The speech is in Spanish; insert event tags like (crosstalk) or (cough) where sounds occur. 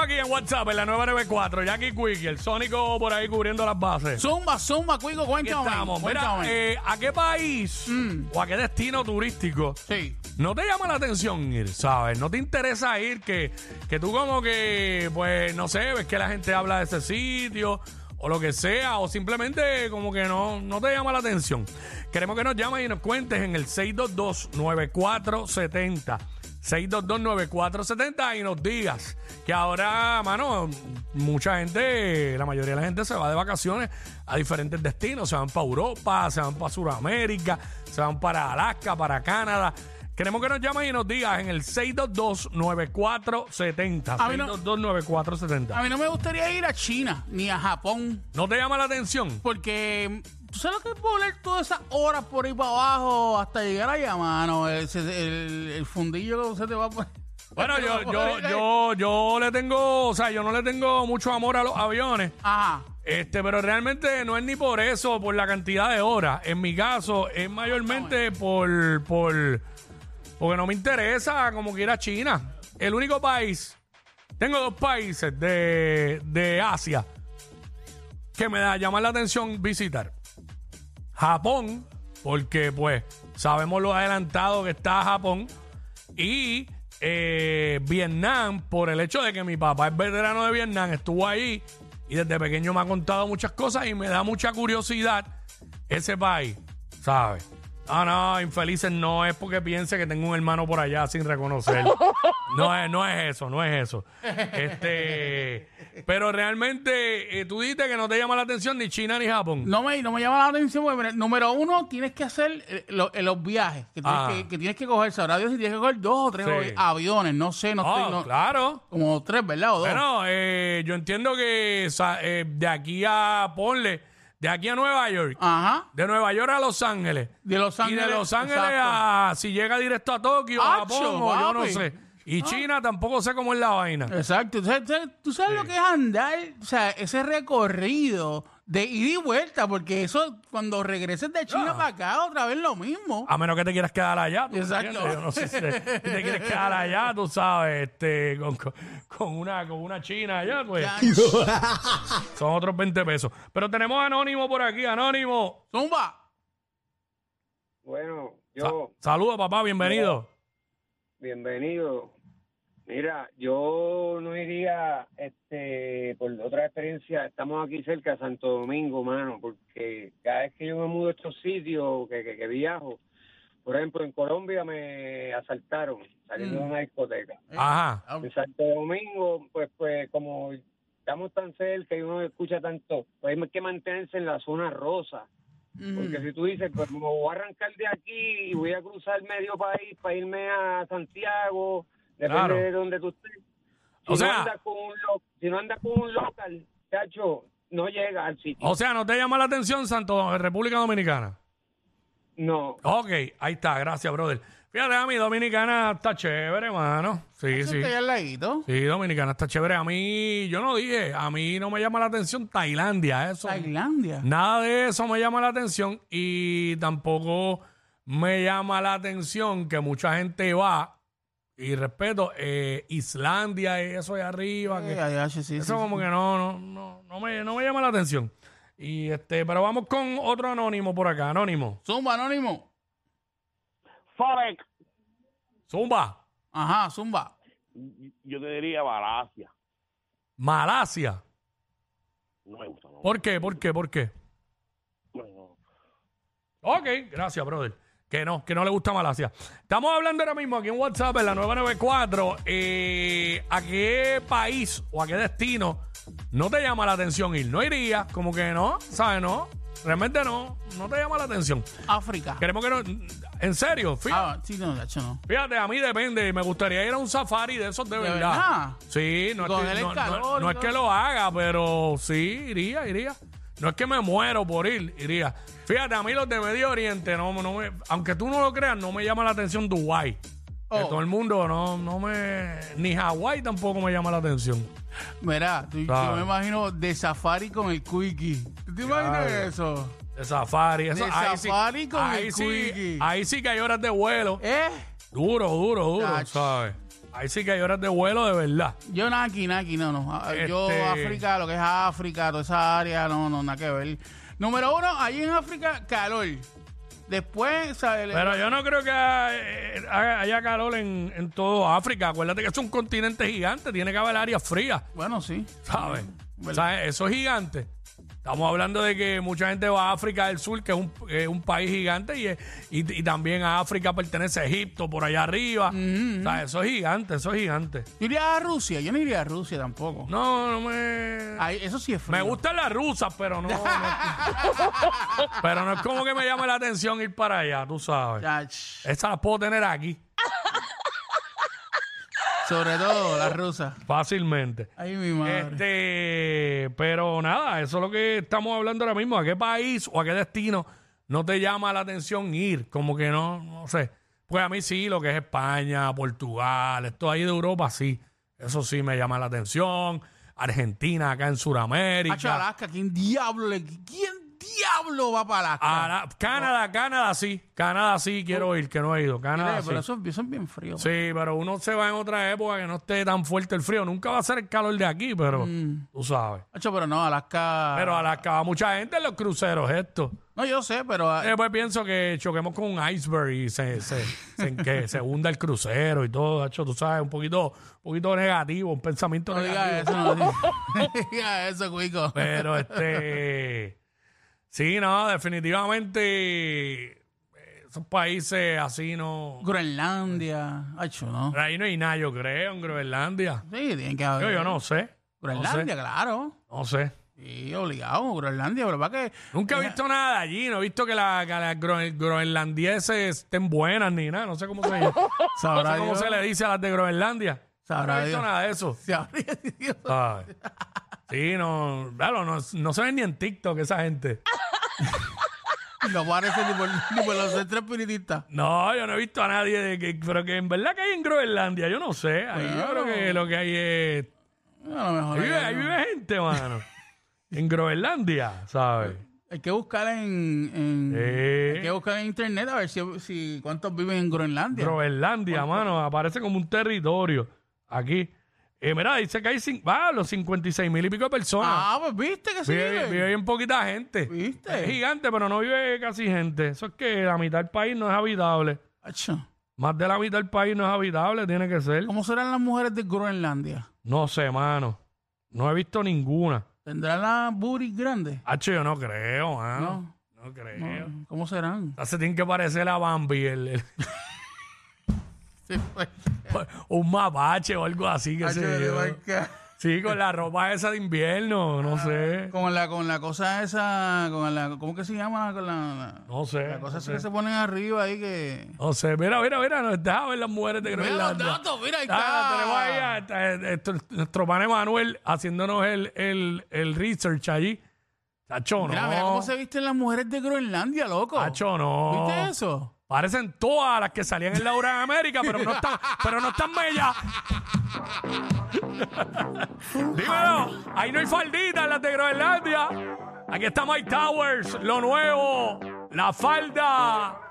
aquí en WhatsApp, en la 994, Jackie Quickie, el Sónico por ahí cubriendo las bases. Zumba, zumba, cuico, Aquí cuéntame. estamos. Mira, cuéntame. Mm. eh, ¿a qué país o a qué destino turístico sí. no te llama la atención ir, sabes? No te interesa ir, que, que tú como que, pues, no sé, ves que la gente habla de ese sitio o lo que sea, o simplemente como que no, no te llama la atención. Queremos que nos llames y nos cuentes en el 622-9470. 622-9470 y nos digas que ahora, mano, mucha gente, la mayoría de la gente se va de vacaciones a diferentes destinos, se van para Europa, se van para Sudamérica, se van para Alaska, para Canadá. Queremos que nos llames y nos digas en el 622-9470. A mí no- 622-9470. A mí no me gustaría ir a China ni a Japón ¿No te llama la atención? porque tú sabes lo que es volar todas esas horas por ahí para abajo hasta llegar allá, mano. El, el- el fundillo se te va a poner. Bueno, (laughs) se te va yo, a yo, poner ahí. yo, yo le tengo, o sea, yo no le tengo mucho amor a los aviones. Ajá. Este, pero realmente no es ni por eso, por la cantidad de horas. En mi caso, es mayormente por, por porque no me interesa como que ir a China. El único país, tengo dos países de, de Asia que me da llamar la atención visitar. Japón, porque pues sabemos lo adelantado que está Japón. Y eh, Vietnam, por el hecho de que mi papá es veterano de Vietnam, estuvo ahí y desde pequeño me ha contado muchas cosas y me da mucha curiosidad ese país, ¿sabes? Ah, no, infelices no es porque piense que tengo un hermano por allá sin (laughs) reconocerlo. No es, no es eso, no es eso. Este, pero realmente eh, tú dijiste que no te llama la atención ni China ni Japón. No me, no me llama la atención porque, mira, número uno, tienes que hacer eh, lo- eh, los viajes que tienes, Ah. que, que tienes que coger. Sabrá Dios si tienes que coger dos o tres Sí. avi- aviones, no sé, no Ah, estoy. no- claro. Como tres, ¿verdad? O dos. Bueno, eh, yo entiendo que sa- eh, de aquí a, ponle, de aquí a Nueva York, Ajá. de Nueva York a Los Ángeles, De Los Ángeles. y de Los Ángeles exacto. a, si llega directo a Tokio, a Acho, Japón, o yo no papi. Ah. sé. Y China tampoco sé cómo es la vaina. Exacto. Tú sabes, tú sabes- tú sabes lo que es andar, o sea, ese recorrido de ida y vuelta, porque eso, cuando regreses de China Ah. para acá, otra vez lo mismo. A menos que te quieras quedar allá. ¿tú Exacto. entiendes? Yo no sé si te, si te quieres quedar allá, tú sabes, este, con, con- con una, con una china allá, pues. (laughs) Son otros 20 pesos. Pero tenemos Anónimo por aquí, Anónimo. Zumba. Bueno, Sa- yo, Saludos, papá, bienvenido. bienvenido. Mira, yo no iría, este, por otra experiencia, estamos aquí cerca de Santo Domingo, mano, porque cada vez que yo me mudo a estos sitios, que, que, que viajo, por ejemplo, en Colombia me asaltaron saliendo de una discoteca. Ajá. Ah, En Santo Domingo, pues, pues, como estamos tan cerca y uno escucha tanto, pues hay que mantenerse en la zona rosa. Porque mm. si tú dices, pues me voy a arrancar de aquí y voy a cruzar medio país para irme a Santiago, depende Claro. de donde tú estés. Si, O no sea- andas con un lo- si no andas con un local, chacho, no llega al sitio. O sea, ¿no te llama la atención Santo República Dominicana? no. Ok, ahí está, gracias, brother. Fíjate, a mí Dominicana está chévere, mano. Sí, Eso sí. está ahí al ladito. Sí, Dominicana está chévere. A mí, yo no dije, a mí no me llama la atención Tailandia, eso. Tailandia. Nada de eso me llama la atención y tampoco me llama la atención que mucha gente va, y respeto, eh, Islandia y eso de arriba. que- Eh, ay, ay, sí, sí, eso sí, como sí. que no, no, no, no me, no me llama la atención. Y este, pero vamos con otro anónimo por acá, anónimo. Zumba, anónimo. Forex. Zumba, Ajá, Zumba. Yo te diría Malasia. Malasia. No me gusta, no. ¿Por qué? ¿Por qué? ¿Por qué? no, no. Ok, gracias, brother. Que no, que no le gusta Malasia. Estamos hablando ahora mismo aquí en WhatsApp, en la 994, eh, a qué país o a qué destino no te llama la atención ir. No irías, como que no, ¿sabes? No, realmente no, no te llama la atención. África. Queremos que no... En serio, fíjate. Ah, sí, no, de hecho no. Fíjate, a mí depende. Me gustaría ir a un safari de esos de, ¿De verdad. verdad? Sí, no es, Con que, el no- no- calor y no es todo que eso. lo haga, pero sí, iría, iría. No es que me muero por ir, iría. Fíjate, a mí los de Medio Oriente, no, no me- aunque tú no lo creas, no me llama la atención Dubái. Que Oh. todo el mundo no, no me... Ni Hawái tampoco me llama la atención. Mira, tú- yo Claro. me imagino de safari con el quickie. ¿Tú te imaginas eso? De safari, eso, De ahí sí- safari con ahí el sí, Quickie. ahí sí que hay horas de vuelo. ¿Eh? Duro, duro, duro, Ach. ¿sabes? Ahí sí que hay horas de vuelo de verdad. Yo Naki, Naki, no, no. Ah, Yo Este- África, lo que es África, toda esa área, no, no, nada que ver. Número uno, allí en África, calor. Después, ¿sabes? Pero yo no creo que eh, haga- haya calor en, en todo África. Acuérdate que es un continente gigante, tiene que haber áreas frías, Bueno, sí. ¿sabes? Bueno. O sea, Eso es gigante. Estamos hablando de que mucha gente va a África del Sur, que es un, que es un país gigante, y, es- y- y también a África pertenece a Egipto, por allá arriba. O sea, eso es gigante, eso es gigante. Yo iría a Rusia, yo no iría a Rusia tampoco. No, no me... Ahí- eso sí es frío. Me gustan las rusas, pero no, (laughs) no- Pero no es como que me llame la atención ir para allá, tú sabes. Chach. Esas las puedo tener aquí, Sobre todo las rusas. fácilmente. Ay, mi madre. Este, pero nada, eso es lo que estamos hablando ahora mismo. ¿A qué país o a qué destino no te llama la atención ir? Como que no, no sé. Pues a mí sí, lo que es España, Portugal, esto ahí de Europa, sí. Eso sí me llama la atención. Argentina, acá en Hacho, Sudamérica. Alaska, ¿quién diablo le... ¿Quién diablo va para Alaska? Ara- Canadá, Canadá sí. Canadá sí, quiero ir, que no he ido. Canadá Mire, ah, sí. Uh. pero esos son bien fríos. Sí, pero uno se va en otra época que no esté tan fuerte el frío. Nunca va a ser el calor de aquí, pero Mm. tú sabes. Hacho, pero no, Alaska... Pero a la acaba mucha gente en los cruceros esto. No, yo sé, pero... ah, Después pienso que choquemos con un iceberg y se, se, se- que se hunda el crucero y todo. Hacho, tú sabes, un poquito, un poquito negativo, un pensamiento no diga negativo. eso, no, diga- no (laughs) diga eso, cuico. (laughs) Pero este. Sí, no, definitivamente. eh, Esos países así no. Groenlandia. Hacho, no. Pero Ahí no hay nada, yo creo, en Groenlandia. Sí, tienen que Yo, haber. yo no sé. Groenlandia, claro. No sé. Sí, obligado, Groenlandia, pero para que... Nunca he visto nada de allí. No he visto que las la, gro- groenlandieses estén buenas ni nada. No sé cómo se, (laughs) Oh, no sé Sabrá cómo Dios. se le dice a las de Groenlandia. Nunca he Sabrá visto Dios. nada de eso. Sabrá Dios. Ay. Sí, no, claro, no, no se ven ni en TikTok esa gente. No parece ni por, ni por los centros espiritistas. No, yo no he visto a nadie, de que, pero que en verdad que hay en Groenlandia, yo no sé. Ahí yo creo que lo que hay es... A lo mejor Ahí vive, ahí hay, vive gente, (laughs) mano. en Groenlandia, ¿sabes? hay que buscar en, en- Sí. hay que buscar en internet a ver si, si cuántos viven en Groenlandia. Groenlandia, mano, aparece como un territorio aquí. Eh, mira, dice que hay cin- ah, los 56 mil y pico de personas. ah, pues viste que sí vive, vive. vive bien poquita gente. Es ¿Viste? gigante, pero no vive casi gente. Eso es que la mitad del país no es habitable. Acho. Más de la mitad del país no es habitable, tiene que ser. ¿Cómo serán las mujeres de Groenlandia? No sé, mano. No he visto ninguna. ¿Tendrán las booty grandes? Hacho, yo no creo, mano. No. No, creo. ¿Cómo serán? Se tiene que parecer a Bambi, el- el- (laughs) pues, un mapache o algo así, que Acho, sé de yo. marca. Sí, con la ropa esa de invierno, no Ah, sé. Con la, con la cosa esa, con la, ¿cómo que se llama? Con la, la, No sé. la cosa no esa sé. que se ponen arriba ahí que... No sé, mira, mira, mira, nos deja ver las mujeres de Mira los Groenlandia. datos, mira, ahí Ah, tenemos ahí está. a- a- a- a- nuestro pan Emanuel haciéndonos el, el, el research allí. Chacho, no. Mira, mira cómo se visten las mujeres de Groenlandia, loco. Chacho, no. ¿Viste eso? Parecen todas las que salían en Laura en América, pero no están, pero no están (laughs) bellas. Dímelo, ahí no hay falditas las de Groenlandia. Aquí está Mike Towers, lo nuevo, la falda